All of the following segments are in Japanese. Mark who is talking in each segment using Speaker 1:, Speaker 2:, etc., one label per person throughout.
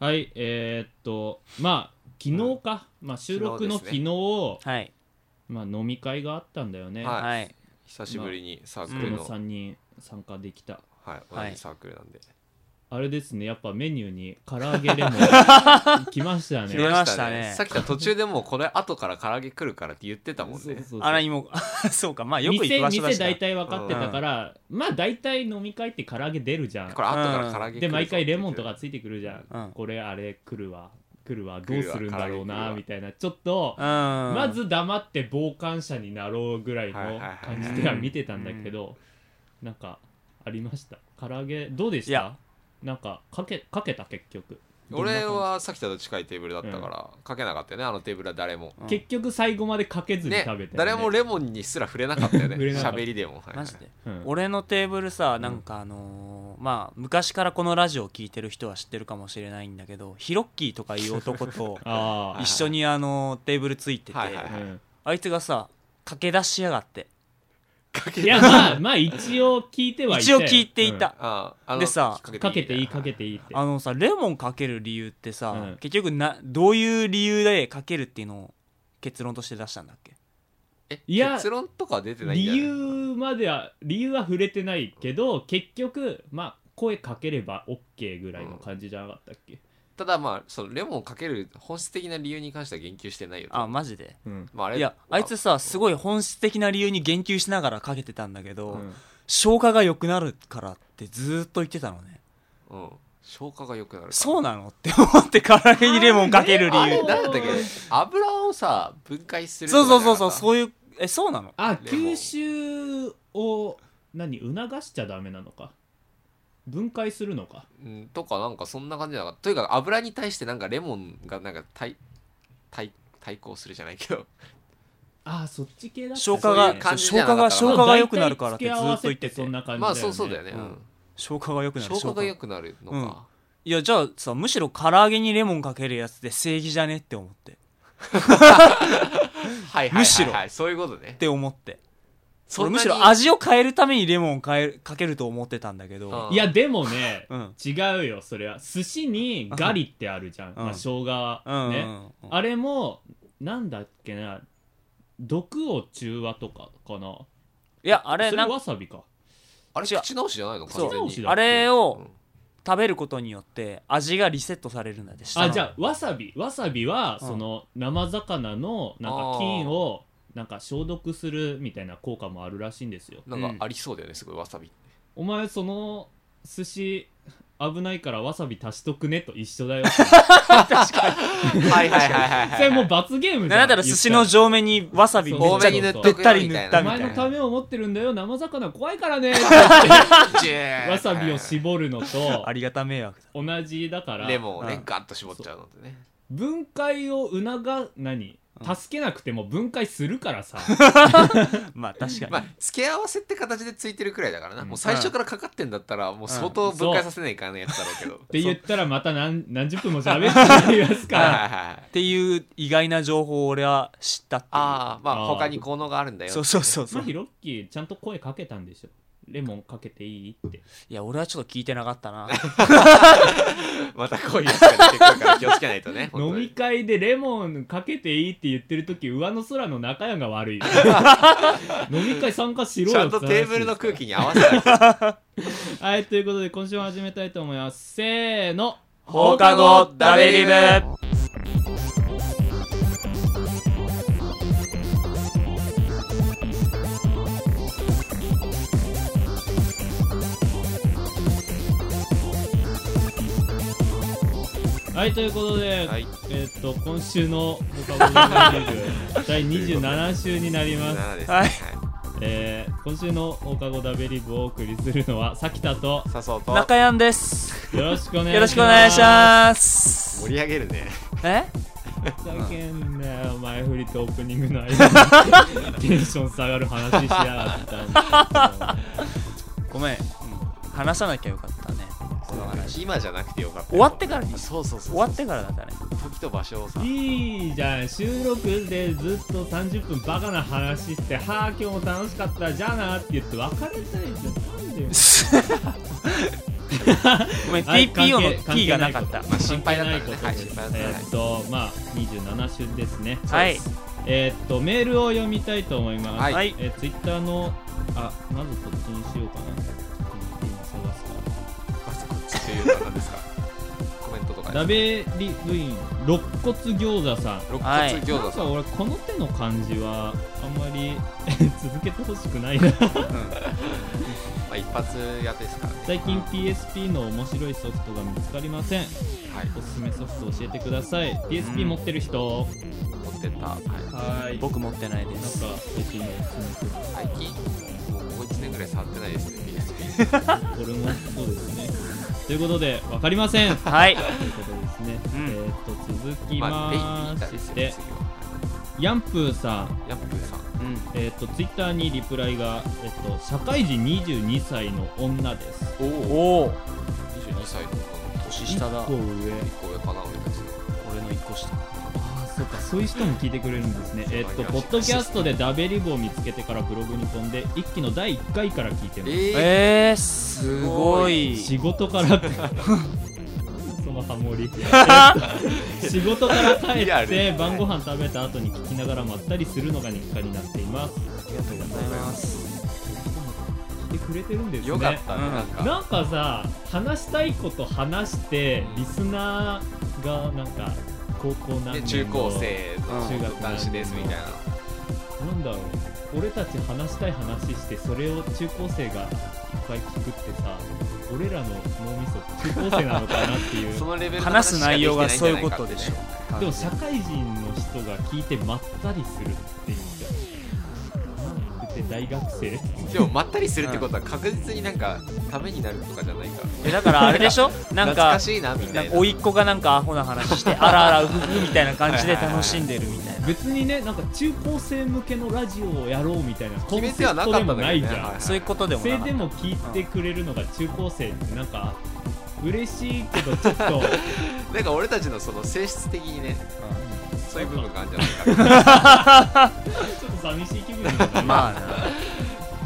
Speaker 1: はい、えー、っと、まあ、昨日か、まあ、収録の
Speaker 2: 昨
Speaker 1: 昨
Speaker 2: 日
Speaker 1: 日、
Speaker 3: はい
Speaker 1: まあ、飲み会があったんだよね。
Speaker 2: は
Speaker 3: はい
Speaker 2: 久しぶりにサー
Speaker 1: こ
Speaker 2: クル
Speaker 1: の
Speaker 2: の、
Speaker 1: 3人参加できた。
Speaker 2: はい、
Speaker 3: はい
Speaker 2: 同じサークルなんで、
Speaker 1: あれですね、やっぱメニューに唐揚げレモン 来ました
Speaker 3: 出
Speaker 1: ね。
Speaker 3: ましたね
Speaker 2: さっきから途中でもうこれ後から唐揚げ来るからって言ってたもんね
Speaker 1: そうそうそう
Speaker 3: あらにも そうかまあよく行く
Speaker 1: 店
Speaker 3: 場所だ
Speaker 1: 店
Speaker 3: しな
Speaker 1: 大体分かってたから、まあ大体飲み会って唐揚げ出るじゃん
Speaker 2: これ後から唐揚げ来るぞって言って
Speaker 1: で毎回レモンとかついてくるじゃん、
Speaker 3: うん
Speaker 1: これあれ来るわ来るわど
Speaker 2: 来
Speaker 1: う
Speaker 2: るわ
Speaker 1: するんだろう
Speaker 2: 唐揚げ来る
Speaker 1: な
Speaker 2: わ
Speaker 1: みたいなちょっと
Speaker 3: うん
Speaker 1: まず黙って傍観者になろうぐらい
Speaker 2: はいはい
Speaker 1: の
Speaker 2: はい
Speaker 1: 感じでは見てたんだけど、なんかありました唐揚げどうでし
Speaker 3: いや
Speaker 1: たなんかかけかけた結局
Speaker 2: 俺
Speaker 1: どんな感
Speaker 2: はさっきと近いテーブルだったから、かけなかったよねあのテーブルは誰も、
Speaker 1: じ結局最後までかけずに
Speaker 2: ね
Speaker 1: 食べて、
Speaker 2: 誰もレモンにすら触れなかったよね
Speaker 1: 触れなかった
Speaker 2: 喋りでも、はい
Speaker 3: マジで
Speaker 1: うん
Speaker 3: 俺のテーブルさなんかあのーまあ昔からこのラジオを聞いてる人は知ってるかもしれないんだけどヒロッキーとかいう男 と
Speaker 1: あ
Speaker 3: 一緒にあのーテーブルついてて
Speaker 2: はいはい
Speaker 1: あ、うん
Speaker 3: あいつがさ駆け出しやがって
Speaker 2: かけ
Speaker 1: いやまあまあ一応聞いてはいた
Speaker 3: 一応
Speaker 1: よ
Speaker 3: 聞いていた、
Speaker 2: ああの
Speaker 3: でさ
Speaker 1: うんかけていいかけ
Speaker 2: て
Speaker 1: ていいって
Speaker 3: あのさレモンかける理由ってさ、
Speaker 1: うん
Speaker 3: 結局などういう理由でかけるっていうのを結論として出したんだっけ
Speaker 2: え
Speaker 1: いや
Speaker 2: 結論とか出てないん
Speaker 1: 理
Speaker 2: だよね
Speaker 1: 由までは理由は触れてないけど結局まあ声かければ OK ぐらいの感じじゃなかったっけ、
Speaker 2: ただまあそのレモンかける本質的な理由に関しては言及してないよね
Speaker 3: あマジで
Speaker 1: うん
Speaker 2: まあ、あれ
Speaker 3: いやあいつさす
Speaker 2: ご
Speaker 3: ごい本質的な理由に言及しながらかけてたんだけど、
Speaker 1: うん
Speaker 3: 消化が良くなるからってずーっと言ってたのね
Speaker 2: うん、消化が良くなる
Speaker 3: そう
Speaker 2: う
Speaker 3: なのって思って唐揚げにレモンかける理
Speaker 2: あ
Speaker 3: 由
Speaker 2: れ
Speaker 1: あ
Speaker 2: なんだっけ油をさ分解する
Speaker 3: そうそうそうそう
Speaker 2: う
Speaker 3: そういうえそうなの
Speaker 1: あ
Speaker 2: レモン
Speaker 1: 吸収を何促しちゃダメなのか分解するのか
Speaker 2: うんとかなんかそんな感じだからとにかく油に対してなんかレモンがなんか対対対抗するじゃないけど
Speaker 1: ああそっち系だった
Speaker 3: 消化
Speaker 2: そ
Speaker 3: が
Speaker 2: ういう
Speaker 1: まあ
Speaker 2: 感じじゃ
Speaker 3: 消
Speaker 2: なか
Speaker 3: 化
Speaker 2: ったな
Speaker 3: が消化が良くなるから
Speaker 1: 大
Speaker 3: ってず
Speaker 1: 体付け合
Speaker 3: ー
Speaker 1: わ
Speaker 3: っと言
Speaker 1: せ
Speaker 3: ってて
Speaker 1: そ
Speaker 3: て
Speaker 1: んな感じだよね
Speaker 2: まあそうそうだよね、
Speaker 3: う
Speaker 2: うんん
Speaker 3: 消化が良くなる
Speaker 2: 消化が良
Speaker 3: く
Speaker 2: くなるの
Speaker 3: うん
Speaker 2: か、
Speaker 3: いやじゃあさむしろ唐揚げにレモンかけるやつで正義じゃねって思ってっ
Speaker 2: はいはいはい、はい、
Speaker 3: むしろ
Speaker 2: そういうことね
Speaker 3: て思って
Speaker 2: そ
Speaker 3: 俺
Speaker 2: ん
Speaker 3: む
Speaker 2: なに
Speaker 3: しろ味を変えるためにレモンを変えるかけると思ってたんだけど、
Speaker 2: あ
Speaker 1: いやでもね
Speaker 3: うん、うん
Speaker 1: 違うよそれは寿司にガリってあるじゃん、
Speaker 3: ん
Speaker 1: まあ、生姜はね、
Speaker 3: うんうん
Speaker 1: あれもなんだっけな毒を中和とかかない
Speaker 3: やあれ
Speaker 1: そ
Speaker 3: なんか
Speaker 1: わさびか
Speaker 2: あれ
Speaker 3: 違う
Speaker 2: 口直しじゃないの
Speaker 3: そ
Speaker 2: 完全
Speaker 3: う
Speaker 1: 口直し
Speaker 2: に
Speaker 1: だ
Speaker 3: あれ
Speaker 2: う
Speaker 3: を
Speaker 2: ん
Speaker 3: 食べることによって味がリセットされるんだって
Speaker 1: あじゃ
Speaker 3: あ
Speaker 1: あわさびわさびは
Speaker 3: うん
Speaker 1: その生魚のなん
Speaker 2: あ
Speaker 1: か
Speaker 2: ー
Speaker 1: 菌をなんか消毒するみたいな効果もあるらしいんですよ
Speaker 2: なんかありそうだよねすごいわさ び
Speaker 1: お前その寿司危ないからわさび足しとくねと一緒だ よ
Speaker 2: はいはいはいはい、
Speaker 1: それもう罰ゲームじゃん
Speaker 3: なんだら寿司の上面にわさびめっ
Speaker 1: そう
Speaker 2: 多
Speaker 3: ちゃ
Speaker 2: め
Speaker 3: 塗
Speaker 2: に
Speaker 3: っ
Speaker 2: 塗
Speaker 1: と
Speaker 2: っと
Speaker 3: べ
Speaker 2: く
Speaker 3: った
Speaker 2: よみ
Speaker 3: り塗
Speaker 2: た
Speaker 3: っ
Speaker 2: い
Speaker 3: た
Speaker 2: な
Speaker 1: お前
Speaker 3: みたいな
Speaker 1: のためを持ってるんだよ生魚怖いからねわ
Speaker 2: わ
Speaker 1: さびを絞るのと
Speaker 3: ありがた迷惑だ
Speaker 1: 同じだから
Speaker 2: レモンをね
Speaker 3: うん
Speaker 2: ガッと絞っちゃうのでね
Speaker 1: 分解を促何
Speaker 3: うん
Speaker 1: 助けなくても分解するから さ
Speaker 3: まあ確かに、
Speaker 2: まあ付け合わせって形でついてるくらいだからな、
Speaker 1: うん
Speaker 2: もう最初からかかってんだったらもう相当分解させないかんやつだろうけど、
Speaker 1: って言ったらまた何何十分も喋って言いますか
Speaker 2: はい
Speaker 1: ら
Speaker 2: はいはい
Speaker 3: っていう意外な情報を俺は知ったっていう
Speaker 2: ああまあ
Speaker 1: あー
Speaker 2: 他に効能があるんだよ
Speaker 3: そうそうそう そ
Speaker 1: まあ
Speaker 3: う
Speaker 1: ヒロッキーちゃんと声かけたんでしょレモンかけていいって
Speaker 3: いや俺はちょっと聞いてなかったな
Speaker 2: またこういうやつが出てくるから気をつけないとね本
Speaker 1: 飲
Speaker 2: 当
Speaker 1: み
Speaker 2: に
Speaker 1: 会でレモンかけていいって言ってる時上の空の中山が悪い飲み会参加しろよ
Speaker 2: ちゃんとテーブルの空気に合わせないと
Speaker 1: 気はいということで今週も始めたいと思いますせーの
Speaker 3: 放課後ダベリブ
Speaker 1: はいということで、
Speaker 2: はい
Speaker 1: えっと今週の「放課後ダベリブ」第27週になります
Speaker 2: 7ですね、
Speaker 3: は
Speaker 2: はいい、
Speaker 1: えー今週の放課後ダベリブをお送りするのはさきたと
Speaker 2: さそうと
Speaker 3: 中山です
Speaker 1: よろしくお願いします
Speaker 3: よろしくお願いします
Speaker 2: 盛り上げるね
Speaker 3: え
Speaker 1: ふざけんなよ前振りとオープニングの間にテンション下がる話しやがった
Speaker 3: ごめん、話さなきゃよかったねこの話
Speaker 2: 今じゃなくてよかった
Speaker 3: 終わってからに
Speaker 2: そうそうそう
Speaker 3: 終わってからだったね
Speaker 2: 時と場所をさ
Speaker 1: いいじゃん収録でずっと30分バカな話して「はあ今日も楽しかったじゃあな」って言って別れたいじゃんなんでよ
Speaker 3: ごめ ん
Speaker 1: はい
Speaker 3: TPO
Speaker 1: 関
Speaker 3: の
Speaker 1: 係関
Speaker 3: T
Speaker 1: 係
Speaker 3: が
Speaker 1: な
Speaker 3: ないかった
Speaker 1: こ
Speaker 2: まあ心配だった
Speaker 1: ない
Speaker 2: ん
Speaker 1: こ
Speaker 2: だ
Speaker 1: とで
Speaker 2: ねはい
Speaker 1: す
Speaker 2: 心配だった
Speaker 1: え
Speaker 2: はい
Speaker 1: ーっとまあ27週ですね
Speaker 3: はい
Speaker 1: えーっとメールを読みたいと思います、
Speaker 2: はい
Speaker 3: はい
Speaker 1: えー、ツイッターのあまずこっちにしようかな今探すか
Speaker 2: まずこっちというのは何ですかコメントとかで
Speaker 1: ラベリ部員肋骨餃子さん
Speaker 2: 肋骨
Speaker 3: はい
Speaker 2: 餃
Speaker 1: な
Speaker 2: 子
Speaker 1: ん
Speaker 2: さ
Speaker 1: か
Speaker 2: ん、
Speaker 1: 俺この手の感じはあんまり続けてほしくない な
Speaker 2: うんまあ一発屋ですからね
Speaker 1: 最近 PSP の面白いソフトが見つかりません
Speaker 2: はい
Speaker 1: おすすめソフト教えてください PSP 持ってる人
Speaker 2: 持ってた、はい、
Speaker 1: はいなんか
Speaker 3: 僕持ってないです
Speaker 1: 別におすす
Speaker 2: 最近もうここ1年ぐらい触ってないですね PSP
Speaker 1: め俺もそうですねということで分かりませ んと
Speaker 3: はい
Speaker 1: いうことですね、
Speaker 3: うん
Speaker 1: えーっと続き
Speaker 2: まあレイに
Speaker 1: ま
Speaker 2: いた
Speaker 1: ー
Speaker 2: ですよ
Speaker 1: して
Speaker 2: 次は
Speaker 1: ヤンプーさん
Speaker 2: ヤンプーさん
Speaker 3: うん
Speaker 1: えーっとツイッターにリプライが、えっと社会人22歳の女です
Speaker 2: おお
Speaker 3: おお
Speaker 2: 22歳の子の
Speaker 3: 年下だ
Speaker 1: 一個上
Speaker 2: 1個上かな俺たちの
Speaker 3: 俺の一個下
Speaker 1: ああそうかそういう人も聞いてくれるんですねえっと
Speaker 2: そうなんだ
Speaker 1: ポッドキャストでダベリブを見つけてからブログに飛んで一期の第1回から聞いてます、
Speaker 2: えー、
Speaker 3: えー、すごい
Speaker 1: 仕事からって そのハ モリえっと仕事から帰
Speaker 2: リア
Speaker 1: っ
Speaker 2: ル
Speaker 1: て晩ご飯食べた後に聞きながらまったりするのが日課になっています
Speaker 3: ありがとうございます
Speaker 1: 聞いてくれてるんです
Speaker 2: よかっ
Speaker 1: ね
Speaker 2: たね、
Speaker 3: うん
Speaker 2: なんか
Speaker 1: なんかさ話したいこと話してリスナーがなんか高校何年
Speaker 2: で
Speaker 1: の
Speaker 2: 中高生
Speaker 1: 中学
Speaker 2: の男子ですみたいな
Speaker 1: なんだろう俺たち話したい話してそれを中高生がいっぱい聞くってさ俺らの脳みそ中高生なのかなっていう
Speaker 2: そのレベルの
Speaker 3: 話す内容が
Speaker 2: 話
Speaker 3: そういう
Speaker 2: し
Speaker 3: こ
Speaker 2: か
Speaker 3: と
Speaker 2: きて
Speaker 3: で
Speaker 2: ないん
Speaker 3: し
Speaker 2: じゃな
Speaker 3: ょ
Speaker 2: いかって
Speaker 1: でも
Speaker 2: ね
Speaker 1: 社会人の人が聞いてまったりするっていうかなんて大学 生
Speaker 2: でもまったりするってことは確実になんかためになるとかじゃないか
Speaker 3: えだからあれでしょな
Speaker 2: 懐
Speaker 3: んか
Speaker 2: かしいなみ
Speaker 3: な
Speaker 2: た
Speaker 3: ん
Speaker 2: い
Speaker 3: か
Speaker 2: な
Speaker 3: 甥っ子がなんかアホな話してあらあらうふふみたいな感じで楽しんでるみたいな
Speaker 1: 別にねなんか中高生向けのラジオをやろうみたいなコン
Speaker 2: 決め
Speaker 1: セ
Speaker 2: ては
Speaker 1: プ
Speaker 2: なか
Speaker 1: ト
Speaker 2: ったんだ
Speaker 1: で
Speaker 2: け
Speaker 1: も
Speaker 2: ど、ね、
Speaker 1: ないじゃん、
Speaker 2: は
Speaker 3: そういうことでも
Speaker 1: そ
Speaker 3: な
Speaker 1: れ
Speaker 3: かっ
Speaker 1: でも聞いてくれるのが中高生ってなんか嬉しいけどちょっ と
Speaker 2: なんか俺たちのその性質的にねそういう部分があるんじゃないか
Speaker 1: ちょっと寂しい気分にもな
Speaker 3: た
Speaker 1: る
Speaker 3: まあな
Speaker 2: な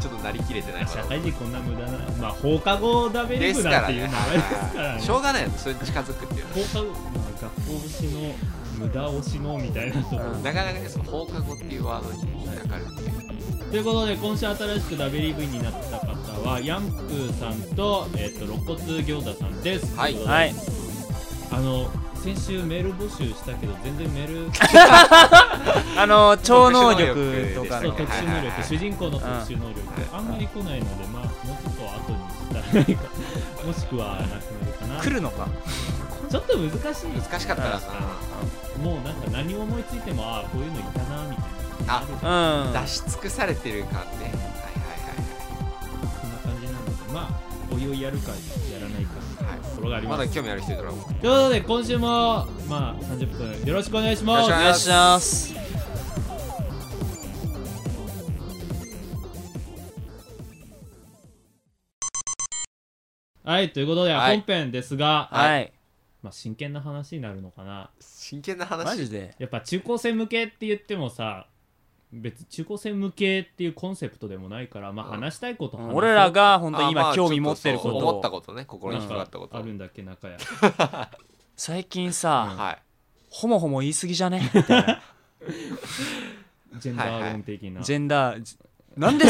Speaker 2: ちょっとなりきれてないか
Speaker 1: 社
Speaker 2: ら
Speaker 1: 会人こんな無駄な、まあ、放課後ダベリ
Speaker 2: で
Speaker 1: ブ
Speaker 2: す
Speaker 1: な
Speaker 2: か
Speaker 1: ん
Speaker 2: ら
Speaker 1: ていう
Speaker 2: ね
Speaker 1: 名前ですからね
Speaker 2: しょうがないよねそれに近づくっていうの
Speaker 1: 放課後、まあ、学校推しの無駄推しのみたいなところ、
Speaker 3: うん
Speaker 2: はなかなかねその放課後っていうワードに引っかかるっていう
Speaker 1: ということで今週新しくダベリブになった方はヤンプーさんと,、えっと肋骨餃子さんです
Speaker 2: はい
Speaker 1: とうことで
Speaker 3: はい
Speaker 1: あの先週メール募集したけど全然メール
Speaker 3: あの超能力とか
Speaker 1: そう
Speaker 3: の
Speaker 1: 特殊能
Speaker 2: はいはいは
Speaker 1: 力
Speaker 2: い
Speaker 1: 主人公の特殊能力
Speaker 2: うん
Speaker 1: あんまり来ないのでまあもうちょっと後にしたらいいかもしくはなくなるかな
Speaker 3: 来るのか
Speaker 1: ちょっと難しい
Speaker 2: 難しかったらさ
Speaker 1: もうなんか何を思いついてもああこういうのいたなみたいな
Speaker 2: あ
Speaker 1: る
Speaker 3: う
Speaker 1: こ
Speaker 3: ん
Speaker 2: 出し尽くされてる感ねはい
Speaker 1: んな感じなのでまあおいおいやるかやらないか
Speaker 2: はいはい
Speaker 1: ところがあ
Speaker 2: はい
Speaker 1: り
Speaker 2: ま
Speaker 1: ます
Speaker 2: だ興味ある人いたら
Speaker 1: ということで今週もまあ30分よろしくお願いしま
Speaker 2: よろしくお願い
Speaker 1: す
Speaker 2: し
Speaker 3: お願いします
Speaker 1: はいということで
Speaker 2: はい
Speaker 1: 本編ですが、
Speaker 3: はい
Speaker 1: まあ、真剣な話になるのかな
Speaker 2: 真剣な
Speaker 3: マ
Speaker 2: 話
Speaker 3: ジで
Speaker 1: やっぱ中高生向けって言ってもさ別に中高生向けっていうコンセプトでもないからまあ
Speaker 2: うん
Speaker 1: 話したいこと話そう
Speaker 3: 俺らが本当に
Speaker 2: あま
Speaker 3: 今
Speaker 2: あ
Speaker 3: 興味持ってるこ
Speaker 2: ちょっ
Speaker 3: と
Speaker 2: そう思った
Speaker 3: を
Speaker 2: ことね心に引っかかったこと
Speaker 1: あるんだっけ中谷
Speaker 3: 最近さ
Speaker 2: はい
Speaker 3: ホモホモ言い過ぎじゃねみたいな
Speaker 1: ジェンダー論的な、
Speaker 3: ジェンダーなんで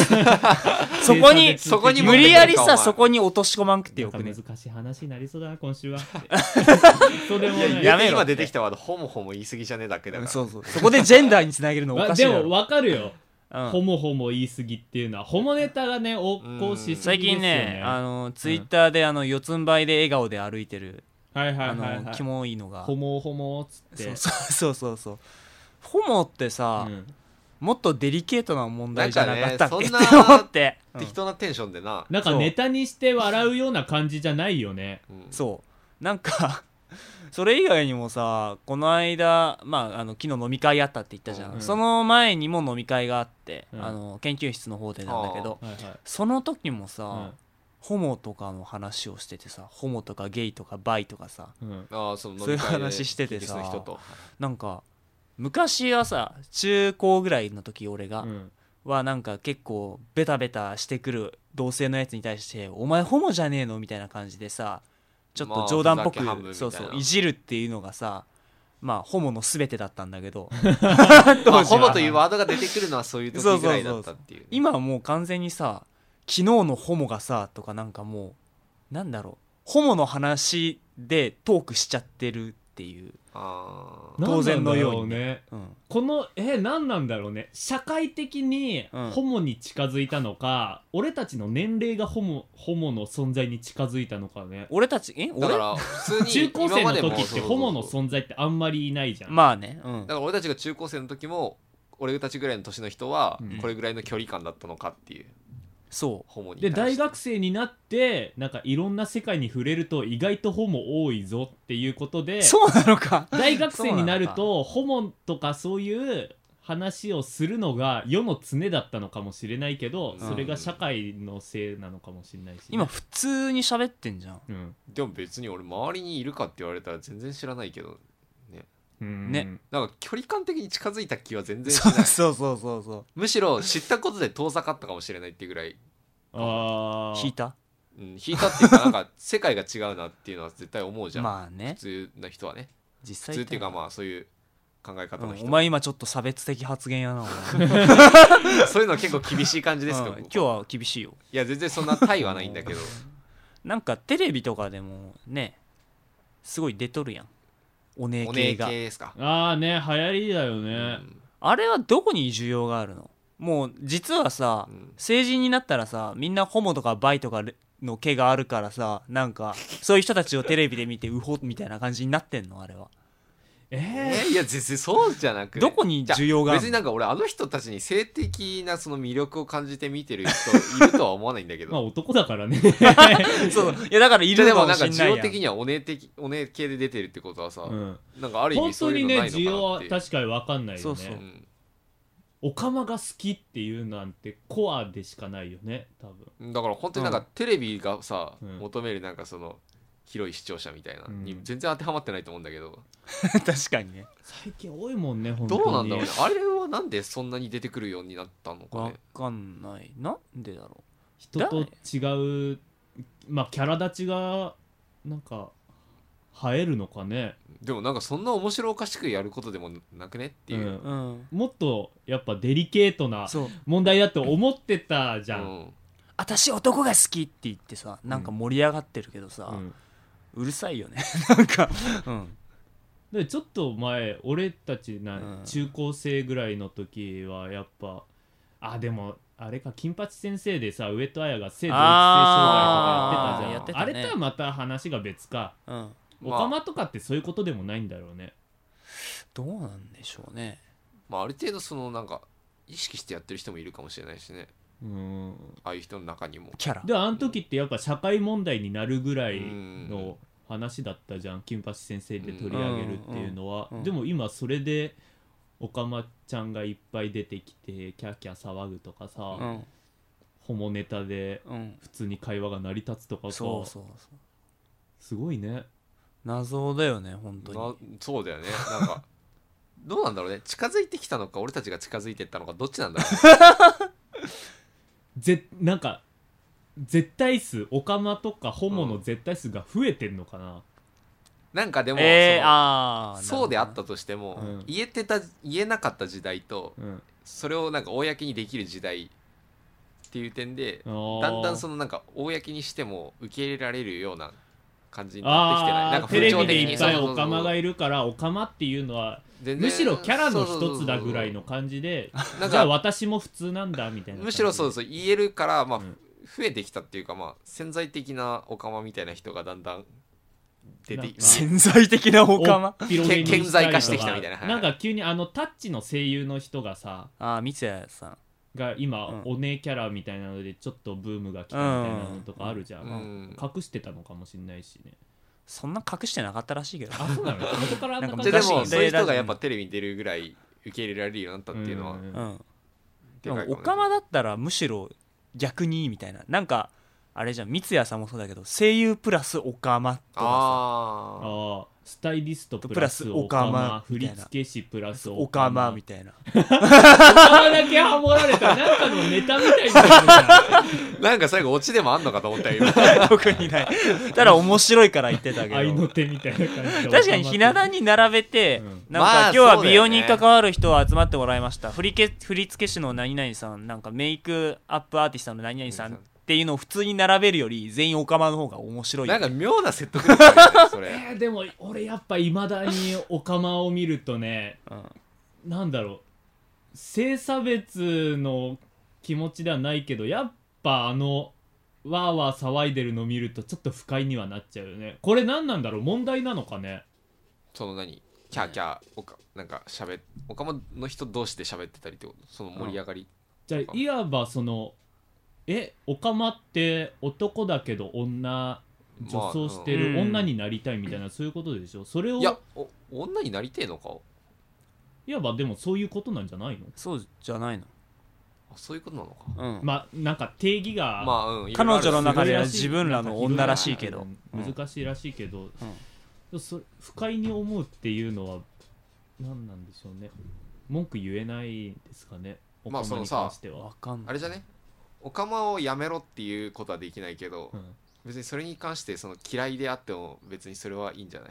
Speaker 3: そこに
Speaker 2: そこに
Speaker 3: 無理や
Speaker 2: 持ってくる
Speaker 3: り
Speaker 2: かお
Speaker 3: さ
Speaker 2: 前
Speaker 3: そこに落とし込まんくてよく
Speaker 1: な
Speaker 3: ね
Speaker 1: んか難しい話になりそうだな今週は そうでもないい
Speaker 2: や
Speaker 3: やめろ
Speaker 2: 今出てきたワードホモホモ言い過ぎじゃねえだけだ
Speaker 3: う
Speaker 2: か
Speaker 3: ん
Speaker 2: ら
Speaker 3: そうそうそこでジェンダーにつなげるのお
Speaker 1: ま
Speaker 3: かしい
Speaker 1: で
Speaker 3: だろ
Speaker 1: も分かるよ、
Speaker 3: うん
Speaker 1: ホモホモ言い過ぎっていうのはホモネタがね横行しすぎですよね
Speaker 3: 最近ねあのツイッターであの四つん這いで笑顔で歩いてる
Speaker 1: はいはい
Speaker 3: あ
Speaker 1: はい、
Speaker 3: の
Speaker 1: はい、
Speaker 3: キモいのが
Speaker 1: ホモホモっつって
Speaker 3: そうそうそうそうそうホモってさ、
Speaker 1: うん
Speaker 3: もっとデリケートな問題じゃなかったっけ、
Speaker 2: なんか
Speaker 3: っ
Speaker 2: ね
Speaker 3: て
Speaker 2: そんな
Speaker 3: 思って、うん
Speaker 2: 適当なテンションでな
Speaker 1: なんか
Speaker 3: そう
Speaker 1: ネタにして笑うような感じじゃないよね
Speaker 2: うん
Speaker 3: そうなんか それ以外にもさこの間、まあ、あの昨日飲み会あったって言ったじゃん、
Speaker 1: うん
Speaker 3: その前にも飲み会があって、
Speaker 1: うん
Speaker 3: あの研究室の方でなんだけど
Speaker 1: はいはい
Speaker 3: その時もさ、
Speaker 1: うん
Speaker 3: ホモとかの話をしててさホモとかゲイとかバイとかさ
Speaker 1: うん
Speaker 2: ああその飲み
Speaker 3: そういう
Speaker 2: 会で
Speaker 3: 話してて
Speaker 2: イギ
Speaker 3: さ
Speaker 2: リスの人と
Speaker 3: なんか昔はさ中高ぐらいの時俺が、
Speaker 1: うん
Speaker 3: はなんか結構ベタベタしてくる同性のやつに対して「お前ホモじゃねえの?」みたいな感じでさちょっ
Speaker 2: まあ
Speaker 3: と冗談っぽ
Speaker 2: ふざけ半分みた
Speaker 3: く
Speaker 2: いな
Speaker 3: そうそういじるっていうのがさまあホモの全てだったんだけど
Speaker 2: まあ、
Speaker 3: 当時
Speaker 2: ホ
Speaker 3: は
Speaker 2: モというワードが出てくるのはそういう時ぐらいだったっていう。
Speaker 3: 今はもう完全にさ「昨日のホモがさ」とかなんかもうなんだろうホモの話でトークしちゃってるっていう、
Speaker 2: あー
Speaker 3: な当然のよう
Speaker 1: な
Speaker 3: に
Speaker 1: んなんだね
Speaker 3: うん、
Speaker 1: このえ何なんだろうね社会的に
Speaker 3: うん
Speaker 1: ホモに近づいたのか、俺たちの年齢がホモホモの存在に近づいたのかね
Speaker 3: 俺たちえ
Speaker 2: だか
Speaker 3: 俺
Speaker 2: ら普通に
Speaker 1: 中高生の時ってホモの
Speaker 2: そうそうそう
Speaker 1: 存在ってあんまりいないじゃん、
Speaker 3: まあねうん
Speaker 2: だから俺たちが中高生の時も俺たちぐらいの年の人は
Speaker 1: うん
Speaker 2: これぐらいの距離感だったのかっていう
Speaker 3: そ
Speaker 2: ホモに
Speaker 1: で
Speaker 2: 対
Speaker 1: 大
Speaker 2: して
Speaker 1: 学生になってなんかいろんな世界に触れると意外とホモ多いぞっていうことで
Speaker 3: うそうな のか
Speaker 1: 大学生になるとホモとかそういう話をするのが世の常だったのかもしれないけど、
Speaker 2: うん
Speaker 1: それが社会のせいなのかもしれないし、
Speaker 3: 今、普通に喋ってんじゃん
Speaker 1: うん
Speaker 2: でも別に俺周りにいるかって言われたら全然知らないけど
Speaker 1: うん、
Speaker 3: ね
Speaker 2: なんか距離感的に近づいた気は全然し
Speaker 3: そう
Speaker 2: ない
Speaker 3: そうそうそうそ
Speaker 2: むしろ知ったことで遠ざかったかもしれないっていうぐらい、
Speaker 1: あ
Speaker 3: う
Speaker 1: ー
Speaker 3: 引いた
Speaker 2: うん、引いたっていうかなんか世界が違うなっていうのは絶対思うじゃん、
Speaker 3: まあ
Speaker 2: 普
Speaker 3: ね
Speaker 2: 通な人はね
Speaker 3: 実
Speaker 2: 普
Speaker 3: 際
Speaker 2: 通っていうかまあそういう考え方
Speaker 3: う
Speaker 2: の
Speaker 3: ん
Speaker 2: 人、
Speaker 3: お前今ちょっと差別的発言やなお前
Speaker 2: そういうのは結構厳しい感じ ですけ
Speaker 3: う
Speaker 2: ど
Speaker 3: ん今
Speaker 2: 僕
Speaker 3: 日は厳しいよ
Speaker 2: いや全然そんなタイはないんだけど
Speaker 3: なんかテレビとかでもねすごい出とるやんお姉
Speaker 2: お
Speaker 3: 系
Speaker 2: 姉系
Speaker 3: が
Speaker 2: ですか、
Speaker 1: あーね流行りだよ
Speaker 2: う
Speaker 1: ね、
Speaker 2: ん
Speaker 3: あれはどこに需要があるのもう実はさ、
Speaker 2: うん
Speaker 3: 成人になったらさみんなホモとかバイとかの毛があるからさなんかそういう人たちをテレビで見てウホみたいな感じになってんのあれは
Speaker 1: え
Speaker 2: えいや全然そうじゃなくて
Speaker 3: どこに需要がある
Speaker 2: 別になんか俺あの人たちに性的なその魅力を感じて見てる人いるとは思わないんだけ
Speaker 1: ー
Speaker 2: ど
Speaker 1: まあ男だからね
Speaker 3: そういやだからい
Speaker 2: じゃ
Speaker 3: る
Speaker 2: あで
Speaker 3: の
Speaker 2: も
Speaker 3: かも
Speaker 2: なん
Speaker 3: し
Speaker 2: か
Speaker 3: ん
Speaker 2: 需
Speaker 3: ないやん
Speaker 2: 要的にはお姉的お姉系で出てるってことはさ、
Speaker 1: うん
Speaker 2: なんかある意
Speaker 1: 本
Speaker 2: 味そ
Speaker 1: 当
Speaker 2: うい
Speaker 1: に
Speaker 2: うの
Speaker 1: ね
Speaker 2: ない
Speaker 1: 需要
Speaker 2: のか
Speaker 1: は
Speaker 2: なっていう
Speaker 1: 確かに分かんないよね
Speaker 3: そうそうに
Speaker 1: オカマが好きっていうなんてコアでしかないよね多分
Speaker 2: うん、だから本当になんかテレビがさ、
Speaker 1: うん
Speaker 2: 求めるなんかその広い視聴者みたいな、
Speaker 1: うん
Speaker 2: に全然当てはまってないと思うんだけど、
Speaker 3: 確かにね
Speaker 1: 最近多いもんね本当に
Speaker 2: どうなんだろうねあれはなんでそんなに出てくるようになったのか
Speaker 3: わ
Speaker 2: ね
Speaker 3: かんないなんでだろ
Speaker 1: 人と違うまあキャラ立ちがなんか映えるのかね
Speaker 2: でもなんかそんな面白おかしくやることでもなくねっていう、
Speaker 1: ん
Speaker 3: ううん
Speaker 1: もっとやっぱデリケートな
Speaker 3: そう
Speaker 1: 問題だと思ってたじ
Speaker 2: う
Speaker 1: ゃん、
Speaker 2: ん
Speaker 3: 私男が好きって言ってさなんか盛り上がってるけどさ、
Speaker 1: うん
Speaker 3: うるさいよね なんかうん
Speaker 1: でちょっと前俺たちな、
Speaker 3: うん
Speaker 1: 中高生ぐらいの時はやっぱあでもあれか金八先生でさ上戸彩が性同一性障害とかやってたじゃんあ,、
Speaker 3: あーやってたね
Speaker 1: れとはまた話が別か
Speaker 3: うん
Speaker 1: オカマとかってそういうことでもないんだろうね、
Speaker 3: どうなんでしょうね
Speaker 2: まあ、ある程度そのなんか意識してやってる人もいるかもしれないしね
Speaker 1: うん
Speaker 2: ああいう人の中にも
Speaker 3: キャラ
Speaker 1: であの時ってやっぱ社会問題になるぐらい
Speaker 2: うん
Speaker 1: の話だったじゃん金八先生で取り上げるっていうのは、
Speaker 3: うんうん
Speaker 1: でも今それでオカマちゃんがいっぱい出てきてキャーキャー騒ぐとかさ、
Speaker 3: うん
Speaker 1: ホモネタで
Speaker 3: うん
Speaker 1: 普通に会話が成り立つとかさ
Speaker 3: そうそうそう
Speaker 1: すごいね
Speaker 3: 謎だよね本当
Speaker 2: な
Speaker 3: に
Speaker 2: そうだよねなんか どうなんだろうね近づいてきたのか俺たちが近づいてったのかどっちなんだろ うね
Speaker 1: ぜなんか絶対数オカマとかホモの絶対数が増えてんのかな、
Speaker 2: なんかでも、
Speaker 3: えー、
Speaker 2: その
Speaker 3: ああ
Speaker 2: そうであったとしても、
Speaker 1: うん
Speaker 2: 言えてた言えなかった時代と
Speaker 1: うん
Speaker 2: それをなんか公にできる時代っていう点で
Speaker 1: あー
Speaker 2: だんだんそのなんか公にしても受け入れられるような感じになってきてないなん
Speaker 1: あ
Speaker 2: か
Speaker 1: ーテレビ
Speaker 2: 風
Speaker 1: で
Speaker 2: 潮
Speaker 1: いっぱい
Speaker 2: そうそうそ
Speaker 1: オ
Speaker 2: う
Speaker 1: カマがいるからオカマっていうのは
Speaker 2: 全然
Speaker 1: むしろキャラの一つだぐらいの感じで
Speaker 2: なんか
Speaker 1: じゃあ私も普通なんだみたいな
Speaker 2: むしろそう
Speaker 1: す
Speaker 2: そう言えるから、まあ
Speaker 1: うん
Speaker 2: 増えてきたっていうか、まあ、潜在的なオカマみたいな人がだんだん出
Speaker 1: なん
Speaker 2: て
Speaker 1: か
Speaker 3: 潜在的なオカマ
Speaker 2: け顕在化してきたみたいなはい
Speaker 1: なんか急にあのタッチの声優の人がさ
Speaker 3: ああ三谷さん
Speaker 1: が今、
Speaker 3: うん
Speaker 1: お姉キャラみたいなのでちょっとブームが来たみたいなのとかあるじゃん、
Speaker 2: うん
Speaker 1: 隠してたのかもしれないしね
Speaker 3: そんな隠してなかったらしいけど
Speaker 1: あそうなの元からあんな感
Speaker 2: じ
Speaker 1: じ
Speaker 2: ゃあで
Speaker 3: なんか
Speaker 2: も
Speaker 3: 昔
Speaker 2: そういう人がやっぱテレビに出るぐらい受け入れられるようになった っていうの
Speaker 1: ん
Speaker 2: は、
Speaker 3: うん
Speaker 2: で
Speaker 3: で
Speaker 2: かいかも
Speaker 3: もオ
Speaker 2: ね
Speaker 3: カマだったらむしろ逆にいいみたいななんかあれじゃん三谷さんもそうだけど声優プラスオカマとかさ
Speaker 2: ああ
Speaker 1: ああスタイリストプラス
Speaker 3: プラス
Speaker 1: オ
Speaker 3: オ
Speaker 1: カ
Speaker 3: カ
Speaker 1: マ
Speaker 3: マ
Speaker 1: 振付師プラス
Speaker 3: オカマみ
Speaker 1: た
Speaker 3: たいな
Speaker 1: なだけハモられたなんかのネタみたいになってるじ ゃん
Speaker 2: なんか最後オチでもあんのかと思ったよ 今
Speaker 3: 特に ないただ面白いから言ってたけ
Speaker 1: 愛の
Speaker 3: ど
Speaker 1: 手みたいな感じで
Speaker 3: 確かにひな壇に並べて、
Speaker 1: うん
Speaker 3: なん
Speaker 2: まあ
Speaker 3: か今日は
Speaker 2: そうだ
Speaker 3: 美
Speaker 2: よ
Speaker 3: 容
Speaker 2: ね
Speaker 3: に関わる人を集まってもらいました振りけ振り付け師の何々さんなんかメイクアップアーティストの何々さんっていうのを普通に並べるより全員オカマの方が面白いよ
Speaker 2: な
Speaker 3: ね
Speaker 2: んか妙な説得力だよねそれ
Speaker 1: えーでも俺やっぱいまだにオカマを見るとね
Speaker 3: うん
Speaker 1: なんだろう性差別の気持ちではないけどやっぱあのわーわー騒いでるの見るとちょっと不快にはなっちゃうよねこれ何なんだろう問題なのかね
Speaker 2: その何キャーキャーおかなんか喋っおかまの人同士で喋ってたりってことその盛り上がり、
Speaker 1: じゃあいわばそのえオカマって男だけど女女装してる、
Speaker 3: まあうん
Speaker 1: 女になりたいみたいなそういうことでしょそれを
Speaker 2: いやお女になりてえのか
Speaker 1: いわばでもそういうことなんじゃないの
Speaker 3: そうじゃないの、
Speaker 2: あそういうことなのか
Speaker 3: うん
Speaker 1: まあなんか定義が、
Speaker 2: まあうん
Speaker 3: 彼女の中で
Speaker 1: すごいら
Speaker 3: は
Speaker 1: しい
Speaker 3: 自分らの女らしいけど
Speaker 1: うん難しいらしいけど、そ不快に思うっていうのは何なんでしょうね文句言えないですかねお
Speaker 2: まあ
Speaker 1: 金に
Speaker 2: そのさ
Speaker 1: 関しては、
Speaker 3: わかん
Speaker 2: あ
Speaker 3: ない
Speaker 2: れじゃねおかまをやめろっていうことはできないけど、
Speaker 1: うん
Speaker 2: 別にそれに関してその嫌いであっても別にそれはいいんじゃない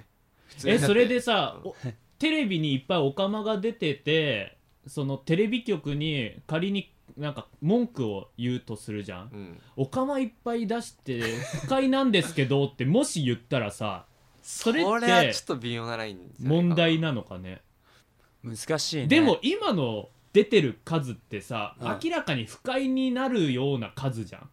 Speaker 2: 普通に
Speaker 1: え
Speaker 2: だって
Speaker 1: それで さ、
Speaker 2: うん
Speaker 1: おテレビにいっぱいオカマが出ててそのテレビ局に仮になんか文句を言うとするじゃん
Speaker 2: うん
Speaker 1: オカマいっぱい出して不快なんですけどってもし言ったらさそ
Speaker 2: そ
Speaker 1: れ
Speaker 2: れ
Speaker 1: っ
Speaker 2: は
Speaker 1: て
Speaker 2: ちょっと微妙なラインじゃないか
Speaker 1: 問題なのかね
Speaker 3: 難しいね
Speaker 1: でも今の出てる数ってさ、
Speaker 3: うん
Speaker 1: 明らかに不快になるような数じゃん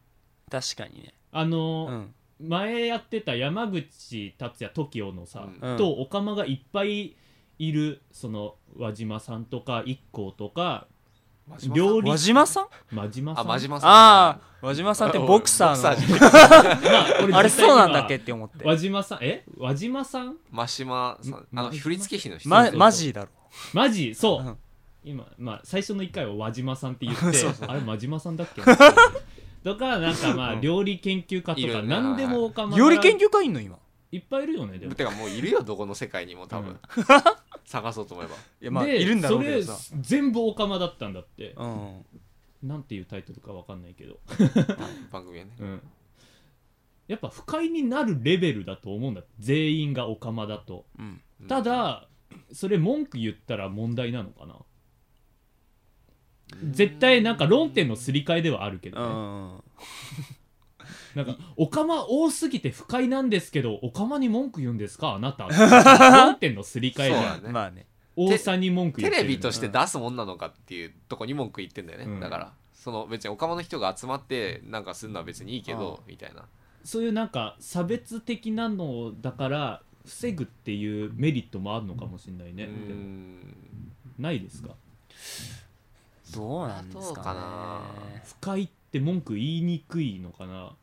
Speaker 3: 確かにね
Speaker 1: あ
Speaker 3: う
Speaker 1: の、
Speaker 3: ん
Speaker 1: 前やってた山口達也 TOKIO のさ、
Speaker 2: うん
Speaker 1: とオカマがいっぱいいるその輪島さんとか一光とか
Speaker 2: 真島さん
Speaker 1: 料理
Speaker 3: 輪島さん
Speaker 1: 真島さ
Speaker 2: あ
Speaker 1: ん
Speaker 2: 真島さん
Speaker 3: ああ輪島さんってボクサーの
Speaker 2: ボクサーじゃん
Speaker 1: まあ俺実際には
Speaker 3: あれそうなんだっけって思って
Speaker 1: 輪島さんえ輪島さん
Speaker 2: 真島さんあの
Speaker 1: 真島
Speaker 2: 振り付け師の人、
Speaker 3: ま
Speaker 1: そうそう
Speaker 3: マジだろ
Speaker 1: マジそう、
Speaker 3: うん
Speaker 1: 今まあ最初の1回は輪島さんって言って
Speaker 3: そうそう
Speaker 1: あれ輪島さんだっけ とかなんかまあ
Speaker 3: うん
Speaker 1: 料理研究家と
Speaker 2: いる
Speaker 1: か
Speaker 2: よね
Speaker 1: 何でもおかま
Speaker 3: 料理研究家いんの今
Speaker 1: いっぱいいるよねでも
Speaker 2: てかもういるよどこの世界にも多分、
Speaker 1: うん
Speaker 2: 探そうと思えば
Speaker 3: いやまあ
Speaker 1: で
Speaker 3: いるんだろうけどさ
Speaker 1: それ全部オカマだったんだって、
Speaker 3: うん
Speaker 1: なんていうタイトルかわかんないけど、
Speaker 2: 番組はね
Speaker 1: うん、やっぱ不快になるレベルだと思うんだ全員がオカマだと
Speaker 3: うん
Speaker 1: ただ、それ文句言ったら問題なのかな絶対なんか論点のすり替えではあるけど
Speaker 3: う
Speaker 1: ね、
Speaker 3: ん
Speaker 1: なんか、オカマ多すぎて不快なんですけど、オカマに文句言うんですかあな た。論点のすり替えじ
Speaker 2: そう
Speaker 1: ゃ
Speaker 2: だ
Speaker 1: ん。
Speaker 2: ね、
Speaker 3: まあね
Speaker 1: 多さに文句言
Speaker 2: テ
Speaker 1: ってる
Speaker 2: レ
Speaker 1: の
Speaker 2: ビとして出すもんなのかっていうとこに文句言ってんだよね、
Speaker 1: うん
Speaker 2: だからその別におかまの人が集まってなんかするのは別にいいけどみたいな
Speaker 1: そういうなんか、差別的なのだから、防ぐっていうメリットもあるのかもしれないね
Speaker 2: うー。ん
Speaker 1: ないですか
Speaker 3: どうなんです
Speaker 2: そ
Speaker 3: か
Speaker 2: う
Speaker 3: ね
Speaker 2: かな
Speaker 1: 不快って文句言いにくいのかな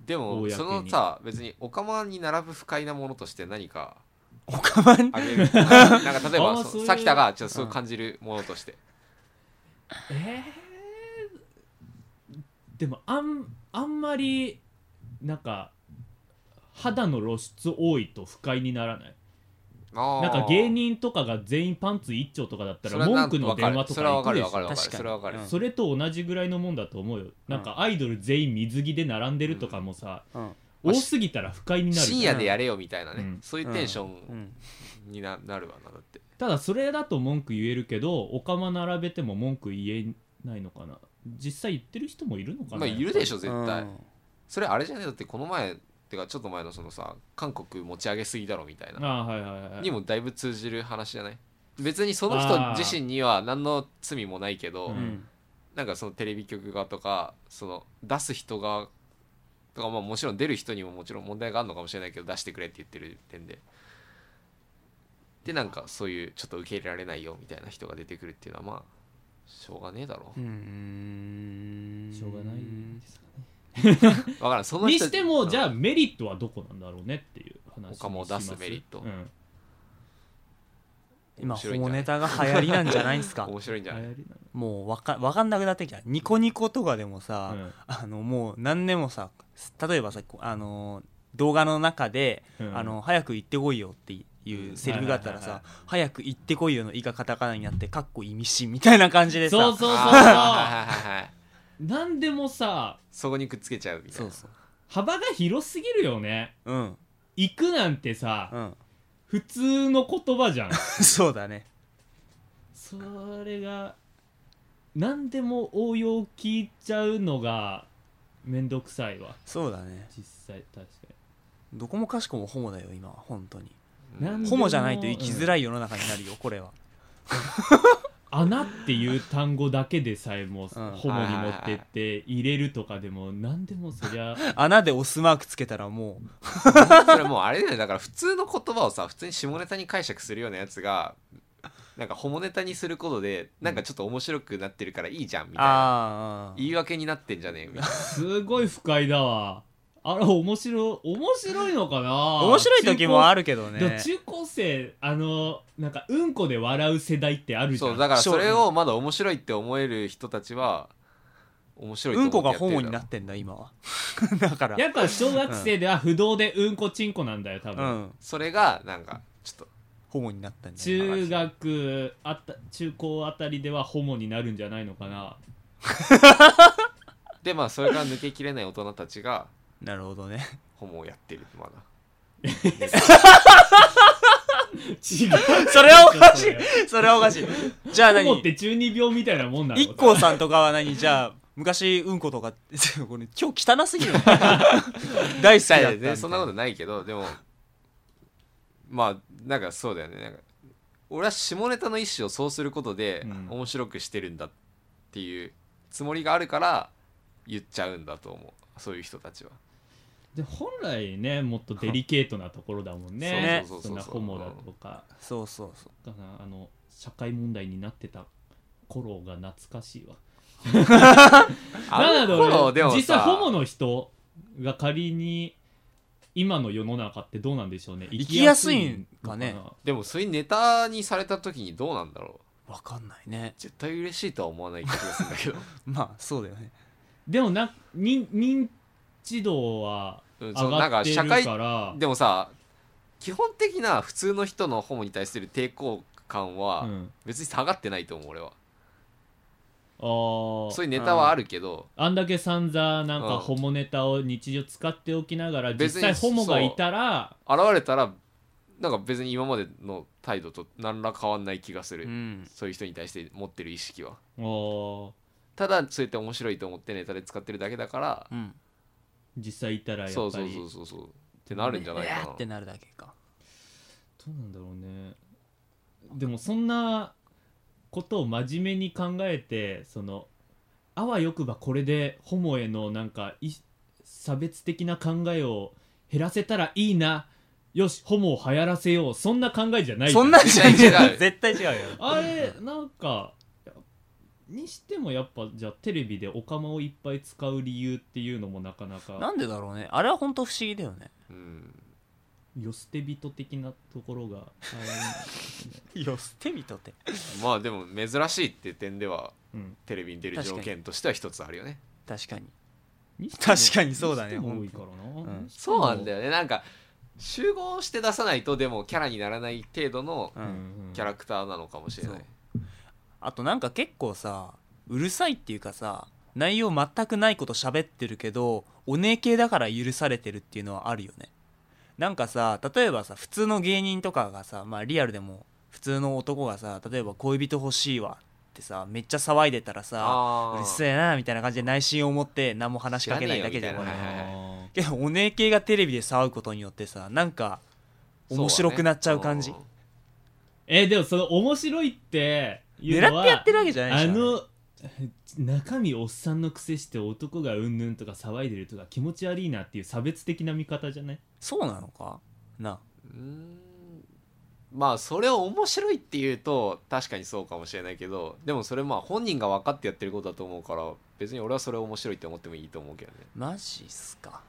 Speaker 2: でも
Speaker 1: 公に
Speaker 2: そのさ別におかまに並ぶ不快なものとして 何か
Speaker 3: おかまん
Speaker 2: あげるなんか例
Speaker 1: あ
Speaker 2: えば
Speaker 1: ー
Speaker 2: そ
Speaker 1: そういう
Speaker 2: さきたがちょっとそう感じるものとして、
Speaker 1: えー、でもあんあんまりなんか肌の露出多いと不快にならない
Speaker 2: あー
Speaker 1: なんか芸人とかが全員パンツ一丁とかだった
Speaker 2: そ
Speaker 1: ら
Speaker 2: れはな
Speaker 1: 文
Speaker 2: んと
Speaker 1: 句の電話とか
Speaker 2: わ
Speaker 1: 行
Speaker 2: か
Speaker 1: く
Speaker 2: る
Speaker 1: でし
Speaker 2: わか
Speaker 1: ょ
Speaker 2: るわかるわか
Speaker 3: 確
Speaker 2: るそ
Speaker 3: かに
Speaker 2: れはわかる、
Speaker 3: うん
Speaker 1: それと同じぐらいのもんだと思うよなんかアイドル全員水着で並んでるとかもさ、
Speaker 3: うん
Speaker 2: うん
Speaker 1: 多すぎたら不快になる
Speaker 2: 深
Speaker 1: じゃん
Speaker 2: 夜でやれよみたいなね、
Speaker 1: うん
Speaker 2: そういうテンショ
Speaker 3: う
Speaker 2: ン
Speaker 3: ん
Speaker 2: にな,、なるわなだって
Speaker 1: ただそれだと文句言えるけどお釜並べても文句言えないのかな実際言ってる人もいるのかな、
Speaker 2: まあいるでしょ絶対、
Speaker 3: うん
Speaker 2: それあれじゃねだってこの前ってかちょっと前のそのさ韓国持ち上げすぎだろみたいな
Speaker 1: ああはいはいはい
Speaker 2: にもだいぶ通じる話じゃない別にその人
Speaker 1: あー
Speaker 2: 自身には何の罪もないけど、
Speaker 1: うん
Speaker 2: なんかそのテレビ局側とかその出す人側とかまあもちろん出る人にももちろん問題があるのかもしれないけど出してくれって言ってる点ででなんかそういうちょっと受け入れられないよみたいな人が出てくるっていうのはまあしょうがねえだろ
Speaker 3: うーん
Speaker 1: しょうがないですかね
Speaker 2: 分からんその
Speaker 1: に
Speaker 2: 人
Speaker 1: してもじゃ
Speaker 2: あ
Speaker 1: あメリットはどこなんだろうねっていう話にし
Speaker 2: 他も出すメリット
Speaker 1: ますうん
Speaker 2: 面白
Speaker 3: 今
Speaker 2: いんじゃ
Speaker 3: ホ
Speaker 2: ない
Speaker 3: ネタが流行りなんじゃないですか
Speaker 2: 面白いんじゃない
Speaker 1: 流行り
Speaker 3: もうわかわかんなくなってきたニコニコとかでも
Speaker 1: な
Speaker 3: さ、
Speaker 1: の
Speaker 3: あのもう何年もさ例えばさこうあのー動画の中で、
Speaker 1: うん
Speaker 3: あの早く行ってこいよっていうセリフがあった
Speaker 1: う
Speaker 3: ら
Speaker 1: んは
Speaker 3: さ
Speaker 1: いは
Speaker 3: 「早く行ってこいよ」の「い」がカタカナになって「かっこ意味深」みたいな感じでさ
Speaker 1: そうそうそう
Speaker 2: あーはいはいはいはい
Speaker 1: 何でもさ
Speaker 2: そこにくっつけちゃうみたい
Speaker 3: そ
Speaker 2: な
Speaker 3: うそう
Speaker 1: 幅が広すぎるよね
Speaker 3: うん
Speaker 1: 行くなんてさ、
Speaker 3: うん
Speaker 1: 普通の言葉じゃん
Speaker 3: そうだね
Speaker 1: それが何でも応用聞いちゃうのがめんどくさいわ
Speaker 3: そうだね
Speaker 1: 実際確か
Speaker 3: どこもかしこもホモだよ今は本当に
Speaker 1: になんで
Speaker 3: ホモじゃないと生きづらい世の中になるよこれは
Speaker 1: 穴っていう単語だけでさえも、
Speaker 3: うん
Speaker 1: ホモに持ってって入れるとかでも何でもそりゃ
Speaker 3: 穴でオスマークつけたらも
Speaker 2: それもうあれだよねだから普通の言葉をさ普通に下ネタに解釈するようなやつがなんかホモネタにすることでなんかちょっと面白くなってるからいいじゃんみ
Speaker 3: う
Speaker 2: たいな
Speaker 3: ああ
Speaker 2: 言い訳になってんじゃねえよみたいな
Speaker 1: すごい不快だわあれ面白い面白いのかな
Speaker 3: 面白い時もあ
Speaker 1: る
Speaker 3: るけどね
Speaker 1: 中高生あのなんかうんこで笑う世代ってあるじゃ
Speaker 2: そ
Speaker 1: ん
Speaker 2: うだからそれをまだ面白いって思える人たちは面白いと
Speaker 3: うん
Speaker 2: 思
Speaker 3: こ
Speaker 2: って
Speaker 3: が
Speaker 2: やって
Speaker 3: ホ
Speaker 2: る
Speaker 3: モ
Speaker 2: だろ
Speaker 3: になってんだ今は だから
Speaker 1: やっぱ小学生では不動でうんこちんこなんだよ多
Speaker 3: う
Speaker 1: 分、
Speaker 3: ん
Speaker 2: それがなんかちょっ
Speaker 3: ホモになったんじゃない
Speaker 1: 中学あた中高あたりではホモになるんじゃないのかな
Speaker 2: とでまあそれが抜けきれない大人たちが
Speaker 3: なるほどね
Speaker 2: ホモをやってるまだ
Speaker 1: 違う
Speaker 3: それはおかしいそれはおかしいじゃあ
Speaker 1: ホモ
Speaker 3: 何
Speaker 1: って中二病みたいなもんなの
Speaker 3: 一 k さんとかは何じゃあ昔うんことか これ今日汚すぎるね 大好きだった
Speaker 2: いや
Speaker 3: みたい
Speaker 2: ねそんなことないけどでも まあなんかそうだよねなんか俺は下ネタの意思をそうすることで
Speaker 1: うん
Speaker 2: 面白くしてるんだっていうつもりがあるから言っちゃうんだと思うそういう人たちは
Speaker 1: で本来ねもっとデリケートなところだもんね
Speaker 2: そうそ
Speaker 1: そ
Speaker 2: うそ
Speaker 1: ん
Speaker 2: うそ
Speaker 1: なホ
Speaker 2: う
Speaker 1: モだとか
Speaker 3: そうそうそう
Speaker 1: かなあの社会問題になってた頃が懐かしいわ
Speaker 2: あの頃でもさ
Speaker 1: 実際ホモの人が仮に今の世の中ってどうなんでしょうね
Speaker 3: 生きやすいんかね
Speaker 1: 生きやすいのか
Speaker 2: でもそういうネタにされた時にどうなんだろう
Speaker 3: わかんないね
Speaker 2: 絶対嬉しいとは思わない気がするんだ けど、
Speaker 3: まあそうだよ
Speaker 1: な
Speaker 3: ね
Speaker 1: でもな認認知度は
Speaker 2: うん、そ
Speaker 1: 上
Speaker 2: のなん
Speaker 1: がっ
Speaker 2: か
Speaker 1: て
Speaker 2: 社
Speaker 1: る
Speaker 2: 会
Speaker 1: から
Speaker 2: でもさ基本的な普通の人のホモに対する抵抗感
Speaker 1: う
Speaker 2: は
Speaker 1: ん、
Speaker 2: 別に下がってないと思う俺は、
Speaker 1: あー
Speaker 2: そういうネタはあるけど、
Speaker 1: あんだけ散々なん
Speaker 2: うん
Speaker 1: かホモネタを日常使っておきながら
Speaker 2: 別に
Speaker 1: 実際ホモがいたら
Speaker 2: 現れたらなんか別に今までの態度と何ら変わんない気がする、
Speaker 3: うん
Speaker 2: そういう人に対して持ってる意識は
Speaker 1: おー
Speaker 2: ただそうやって面白いと思ってネタで使ってるだけだから、
Speaker 3: うん
Speaker 1: 実際いたらやっぱり
Speaker 2: そうそうそうそうそうってなるんじゃないか
Speaker 3: うわー
Speaker 2: な
Speaker 3: ってなるだけか
Speaker 1: どうなんだろうねでもそんなことを真面目に考えてそのあわよくばこれでホモへのなんかい差別的な考えを減らせたらいいなよしホモを流行らせようそんな考えじゃない
Speaker 3: そんなんじゃない
Speaker 2: 絶対違う
Speaker 3: 絶対違うよ
Speaker 1: あれなんかにしてもやっぱじゃあテレビでオカマをいっぱい使う理由っていうのもなかなか
Speaker 3: なんでだろうねあれは本当不思議だよね
Speaker 2: うん
Speaker 1: よ捨て人的なところがあ
Speaker 3: よ捨て人って
Speaker 2: まあでも珍しいっていう点では
Speaker 1: るうん
Speaker 2: テレビに出る条件としては一つあるよね
Speaker 3: 確かに
Speaker 1: にしても
Speaker 3: 確かにそうだね
Speaker 1: にしても多いからな、
Speaker 3: うん
Speaker 2: そうなんだ
Speaker 1: よ、
Speaker 2: よねなんか集合して出さないとでもキャラにならない程度の
Speaker 3: う
Speaker 1: うんんうん
Speaker 2: キャラクターなのかもしれない、
Speaker 3: あとなんか結構さうるさいっていうかさ内容全くないこと喋ってるけどお姉系だから許されてるっていうのはあるよねなんかさ例えばさ普通の芸人とかがさまあリアルでも普通の男がさ例えば恋人欲しいわってさめっちゃ騒いでたらさ
Speaker 2: あ
Speaker 3: う
Speaker 2: あ
Speaker 3: るせえなみたいな感じで内心を持って何も話しかけないだけじゃ
Speaker 2: 知らねえよみたいな
Speaker 3: ない
Speaker 2: はいはいはい
Speaker 3: けどお姉系がテレビで騒ぐことによってさなんか面白くなっちゃう感じ
Speaker 2: そうだね
Speaker 1: えーでもその面白いっていうの
Speaker 3: 狙っ
Speaker 1: は
Speaker 3: てやってるわけじゃない
Speaker 1: あ
Speaker 3: でしょ
Speaker 1: の中身おっさんの癖して男がうんぬんとか騒いでるとか気持ち悪いなっていう差別的な見方じゃない
Speaker 3: そうなのかな
Speaker 2: うんまあそれを面白いっていうと確かにそうかもしれないけどでもそれまあ本人が分かってやってることだと思うから別に俺はそれを面白いって思ってもいいと思うけどね
Speaker 3: マジっすか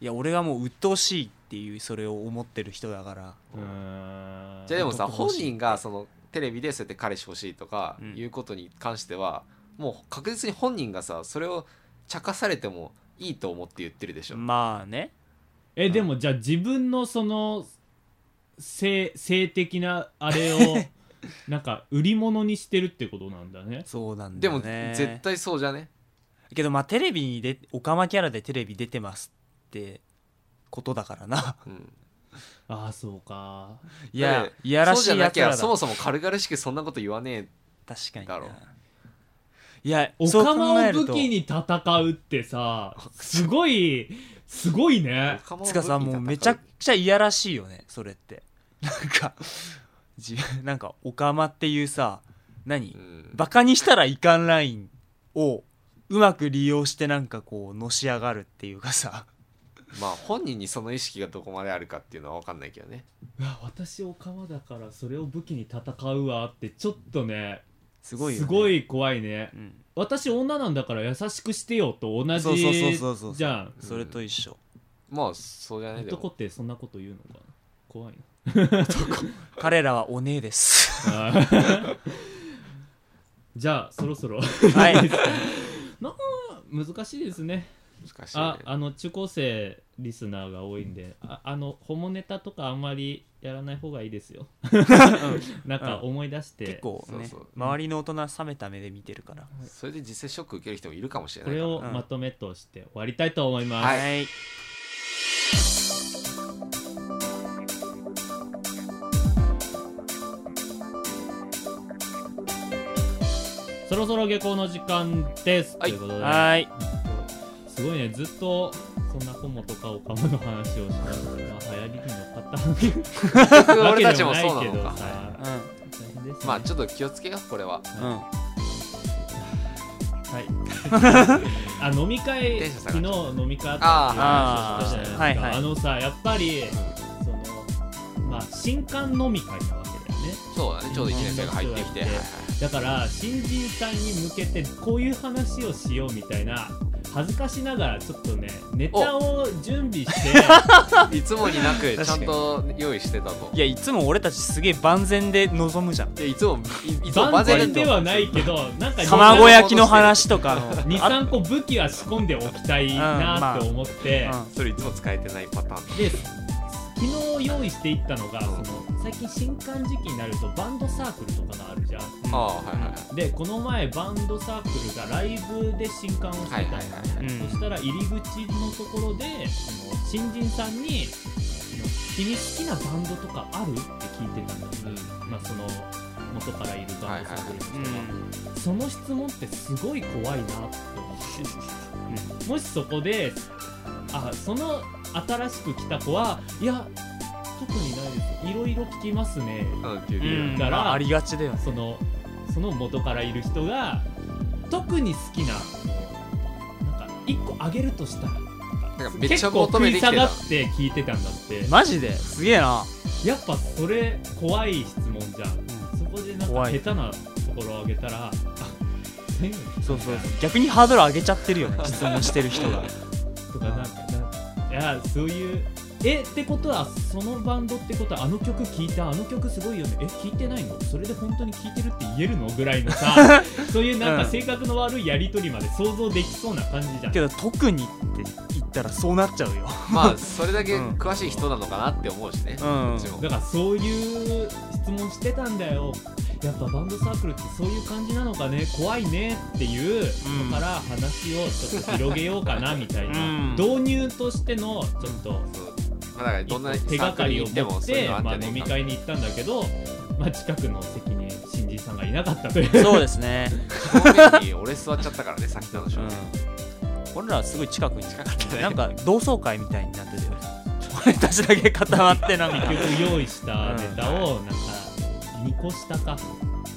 Speaker 3: いや俺はもう鬱陶しいっていうそれを思ってる人だから
Speaker 1: うーん
Speaker 2: じゃあでもさ
Speaker 3: 男
Speaker 2: 本
Speaker 3: 欲しい
Speaker 2: 人がそのテレビでそうやって彼氏欲しいとか
Speaker 3: うん
Speaker 2: いうことに関しては、もう確実に本人がさそれを茶化されてもいいと思って言ってるでしょ、
Speaker 3: まあね
Speaker 1: えでもじゃあ自分のその性性的なあ れをなんか売り物にしてるってことなんだね
Speaker 3: そうなんだ
Speaker 2: で
Speaker 3: よ
Speaker 2: も
Speaker 3: ね
Speaker 2: 絶対そうじゃね
Speaker 3: けどまあテレビに出オカマキャラでテレビ出てますってことだからな
Speaker 2: うん
Speaker 1: ああそうか
Speaker 3: いや
Speaker 2: だって
Speaker 3: いやらし
Speaker 2: そう
Speaker 3: い
Speaker 2: じゃ
Speaker 3: や
Speaker 2: な
Speaker 3: つ
Speaker 2: き
Speaker 3: ら
Speaker 2: ゃ
Speaker 3: だ
Speaker 2: そもそも軽々しくそんなこと言わね
Speaker 3: 確かに
Speaker 2: だろう
Speaker 3: いや
Speaker 1: お
Speaker 3: そう
Speaker 1: かま
Speaker 3: 考え
Speaker 1: を
Speaker 3: る
Speaker 1: 武
Speaker 3: と
Speaker 1: 器に戦うってさすごいすごい
Speaker 2: え
Speaker 1: ね
Speaker 2: 塚
Speaker 3: つかさもうめちゃくちゃいやらしいよねそれって なんか自なんかオカマっていうさ何
Speaker 2: うん
Speaker 3: バカにしたらいかんラインをうまく利用してなんかこうのし上がるっていうかさ
Speaker 2: まあ本人にその意識がどこまであるかっていうのは分かんないけどね
Speaker 1: うわ私おかまだからそれを武器に戦うわってちょっとね
Speaker 3: すごいよ、ね、
Speaker 1: すご、い怖いね
Speaker 3: うん、
Speaker 1: 私女なんだから優しくしてよと同
Speaker 3: そうそうそうそうそう
Speaker 1: じじゃん
Speaker 3: それと一緒
Speaker 2: まあそうじゃねで
Speaker 1: 男
Speaker 2: も
Speaker 1: ってそんなこと言うのかな怖いな
Speaker 3: 彼らはお姉です
Speaker 1: あー じゃあそろそろ
Speaker 3: はい
Speaker 1: 難しいですね
Speaker 2: 難しい
Speaker 1: あ
Speaker 2: ね
Speaker 1: あの中高生リスナーが多いんでああのホモネタとかあんまりやらない方がいいですよなんか思い出して、
Speaker 3: 結構ね
Speaker 2: そうそう
Speaker 3: 周りの大人は冷めた目で見てるから
Speaker 2: それで実際ショック受ける人もいるかもしれ
Speaker 1: こ
Speaker 2: ない
Speaker 1: れを
Speaker 2: か
Speaker 1: まとめとして終わりたいと思います、
Speaker 2: はい
Speaker 3: い
Speaker 1: そろそろ下校の時間です、
Speaker 2: はい
Speaker 1: ということで、
Speaker 3: はい
Speaker 1: すごいねずっとそんなホモとかオカマの話をしたまあ流行りに乗っかった
Speaker 2: ら結局
Speaker 1: わけ
Speaker 2: 俺
Speaker 1: で
Speaker 2: たちも
Speaker 1: な
Speaker 2: そ
Speaker 1: いう
Speaker 2: な
Speaker 1: け
Speaker 2: の
Speaker 1: ど
Speaker 2: か
Speaker 1: さ
Speaker 3: うん
Speaker 1: 大変ですね
Speaker 2: まあちょっと気をつけようこれは
Speaker 3: うん
Speaker 1: はいあ飲み会
Speaker 2: 電車下
Speaker 1: 昨日
Speaker 2: がっちゃった
Speaker 1: 飲み会あった
Speaker 2: あ
Speaker 1: 話
Speaker 3: ー
Speaker 1: をしたじゃないですか
Speaker 3: はいはい
Speaker 1: あのさやっぱりそのまあ新刊飲み会なわけだよね
Speaker 2: そうだねちょうど1年生が入ってきて
Speaker 1: うんだから新人さんに向けてこういう話をしようみたいな恥ずかしながらちょっとねネタを準備して
Speaker 2: はいいつもになくちゃんと用意してた と
Speaker 3: いやいつも俺たちすげえ万全で臨むじゃん
Speaker 2: いやいつもいいつも
Speaker 1: 万全
Speaker 2: に
Speaker 1: ではないけどなんか
Speaker 3: 卵焼きの話とかの
Speaker 1: 23個武器は仕込んでおきたいなって思って、
Speaker 3: あ
Speaker 2: それいつも使えてないパターン
Speaker 1: で昨日用意していったのがその最近新刊時期になるとバンドサークルとかがあるじゃん
Speaker 2: ああはいはいはい
Speaker 1: でこの前バンドサークルがライブで新刊をしてたの、
Speaker 2: はいはいはい
Speaker 3: はい
Speaker 1: そしたら入り口のところでその新人さんに「君好きなバンドとかある?」って聞いてたんだけど、まあ、その元からいるバンドサークルの人が、
Speaker 3: うん
Speaker 1: その質問ってすごい怖いなって思って、もしそこであその新しく来た子はいや特にないですいろいろ聞きますね
Speaker 2: うんっていう
Speaker 3: う
Speaker 2: 理由
Speaker 3: ん
Speaker 1: だから
Speaker 3: まあありがちだよね
Speaker 1: そのその元からいる人が特に好きなのをなんか1個あげるとしたら
Speaker 2: だからめっち
Speaker 1: 結
Speaker 2: ゃ
Speaker 1: 構
Speaker 2: 求
Speaker 1: 食
Speaker 2: めて
Speaker 1: い
Speaker 2: きて
Speaker 1: 下が
Speaker 2: た
Speaker 1: って聞いてたんだって
Speaker 3: マジですげえな
Speaker 1: やっぱそれ怖い質問じゃんそこでなんか
Speaker 3: 怖い
Speaker 1: 下手なところをあげたらあ変
Speaker 3: そうそうそう逆にハードル上げちゃってるよ ね質問してる人が
Speaker 1: とかなんかなんいやそういうえってことはそのバンドってことはあの曲聴いたあの曲すごいよねえ聴いてないのそれで本当に聴いてるって言えるのぐらいの さそういうなん
Speaker 3: う
Speaker 1: か
Speaker 3: ん
Speaker 1: 性格の悪いやり取りまで想像できそうな感じじゃん
Speaker 3: けど特にって言ったらそうなっちゃうよ
Speaker 2: まあそれだけ詳しい人なのかなって思うしね
Speaker 3: うん
Speaker 2: こっちも
Speaker 1: だからそういう質問してたんだよやっぱバンドサークルってそういう感じなのかね怖いねっていう
Speaker 3: うん
Speaker 1: のから話をちょっと広げようかなみたい
Speaker 3: うん
Speaker 1: な導入としてのちょっと
Speaker 2: そうまあだからどんな
Speaker 1: 手がかりを
Speaker 2: で
Speaker 1: 持
Speaker 2: も
Speaker 1: っ
Speaker 2: そういう
Speaker 1: て
Speaker 2: のあん
Speaker 1: ま
Speaker 2: じ
Speaker 1: あ
Speaker 2: ゃね
Speaker 1: 飲み
Speaker 2: えか
Speaker 1: 会に行ったんだけど、まあ、近くの席に新人さんがいなかったという
Speaker 3: そうですね、
Speaker 2: 正面に俺座っちゃったからねさっきの話
Speaker 3: う
Speaker 2: は
Speaker 3: ん、俺らすごい近くに
Speaker 2: 近かったね
Speaker 3: なんか同窓会みたいになってて俺たちだけ固まってなんか
Speaker 1: 結局用意したネタをなんか2個下か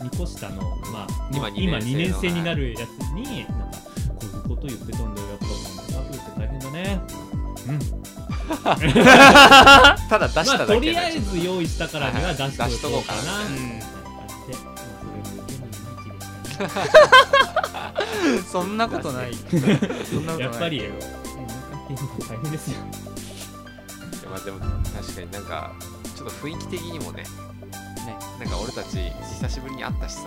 Speaker 1: 2個下の、まあ、
Speaker 2: 今
Speaker 1: もう今
Speaker 2: 二
Speaker 1: 2
Speaker 2: 年生の
Speaker 1: 年生になるやつになんかこういうこと言ってたんだよやっぱサークルって大変だね。うん
Speaker 2: ただ出し
Speaker 1: まあ
Speaker 2: ただけ
Speaker 1: と
Speaker 2: で
Speaker 1: りあえず用意したからには出
Speaker 2: はいはい
Speaker 1: しておこうかな
Speaker 3: 出しとこうかな
Speaker 1: みたいな感じで、まあ、それも受けもいまいちでしたね。
Speaker 3: そんなことないそんなことない
Speaker 1: やっぱり向かっていくの大変ですよ。
Speaker 2: まあでも確かになんかちょっと雰囲気的にもねなんか俺たち久しぶりに会ったしさ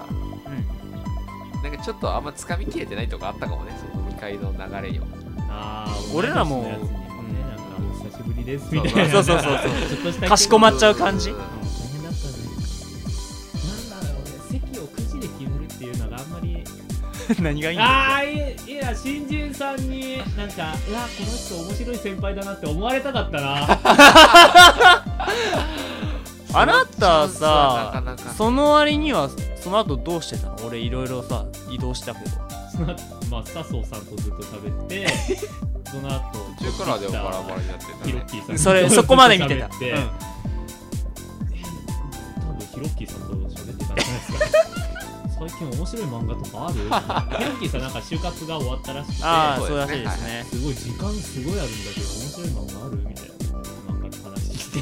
Speaker 2: なんかちょっとあんまつかみきれてないとかあったかもねその飲み会の流れには
Speaker 1: あー
Speaker 3: 俺らも
Speaker 1: 同い年のやつにもねなんかあお久しぶりです
Speaker 2: そう
Speaker 1: みたいな
Speaker 3: そうそうそうそう
Speaker 1: ちょっとした
Speaker 3: かしこまっちゃう感じ
Speaker 2: ん
Speaker 1: 大変だったねなんだろうね席をくじで決めるっていうのがあんまり
Speaker 3: 何がいいん だ
Speaker 1: ああいいいや新人さんになんかいやこの人面白い先輩だなって思われたかったな
Speaker 3: あな
Speaker 2: そのチャン
Speaker 3: たさ
Speaker 2: スはなかなか
Speaker 3: その割にはその後どうしてたの俺いろいろさ移動したけど
Speaker 1: その後まあ笹生さんとずっと喋ってその後
Speaker 2: 途中からでもバラバラになってた
Speaker 1: ヒロ
Speaker 2: ね
Speaker 1: ッキーさん
Speaker 3: それそこまで見てた
Speaker 1: 喋って
Speaker 3: うん
Speaker 1: 多分ヒロッキーさんと喋ってたんじゃないですか最近面白い漫画と かあるヒロッキーさんなんか就活が終わったらしくて
Speaker 3: ああ
Speaker 2: そう
Speaker 3: そうらしい
Speaker 2: で
Speaker 3: ですす
Speaker 2: ね
Speaker 3: ね
Speaker 1: すごい時間すごいあるんだけど面白い漫画あるみたいな漫画の話して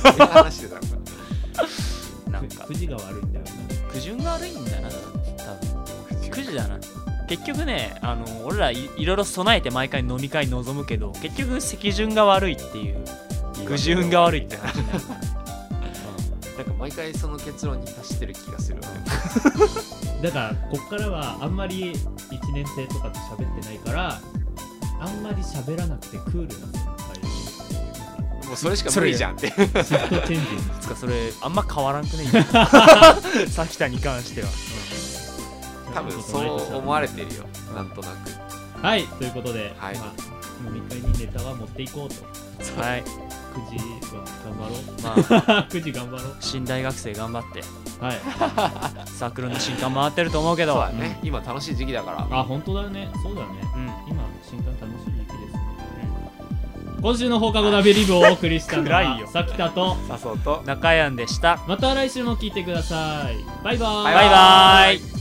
Speaker 2: そういう話してたのか
Speaker 3: なんか
Speaker 1: くじが悪いんだよな
Speaker 3: 苦順が悪いんだな多分9時だな結局ねあの俺らいいろいろ備えて毎回飲み会臨むけど結局席順が悪いっていう苦順が悪いって話になる
Speaker 2: なんか毎回その結論に達してる気がするわね
Speaker 1: だからこっからはあんまり1年生とかと喋ってないからあんまり喋らなくてクールな先輩
Speaker 2: もうそれしか無理じゃんって
Speaker 1: にシフトチェンジに
Speaker 3: つかそれあんま変わらんく ねさきたに関しては
Speaker 2: 多分そう思われてるよなんとなく
Speaker 1: はいということで、
Speaker 2: はい
Speaker 1: まあ、飲み会にネタは持っていこうと
Speaker 3: はい
Speaker 1: 9時は頑張
Speaker 3: まあ
Speaker 1: ろう 9時頑張ろう
Speaker 3: 新大学生頑張って
Speaker 1: はい
Speaker 3: サークルの新刊回ってると思うけ
Speaker 2: そう
Speaker 3: ど
Speaker 2: だね今楽しい時期だから
Speaker 1: あ本当だねそうだね
Speaker 3: うん
Speaker 1: 今新刊楽しい時期ですね今週の放課後ダビリブをお送りしたの
Speaker 3: 暗いよ
Speaker 1: はさきたと
Speaker 2: 誘うと
Speaker 3: 中山でした
Speaker 1: また来週も聞いてくださいバイバーイ
Speaker 3: バイバーイ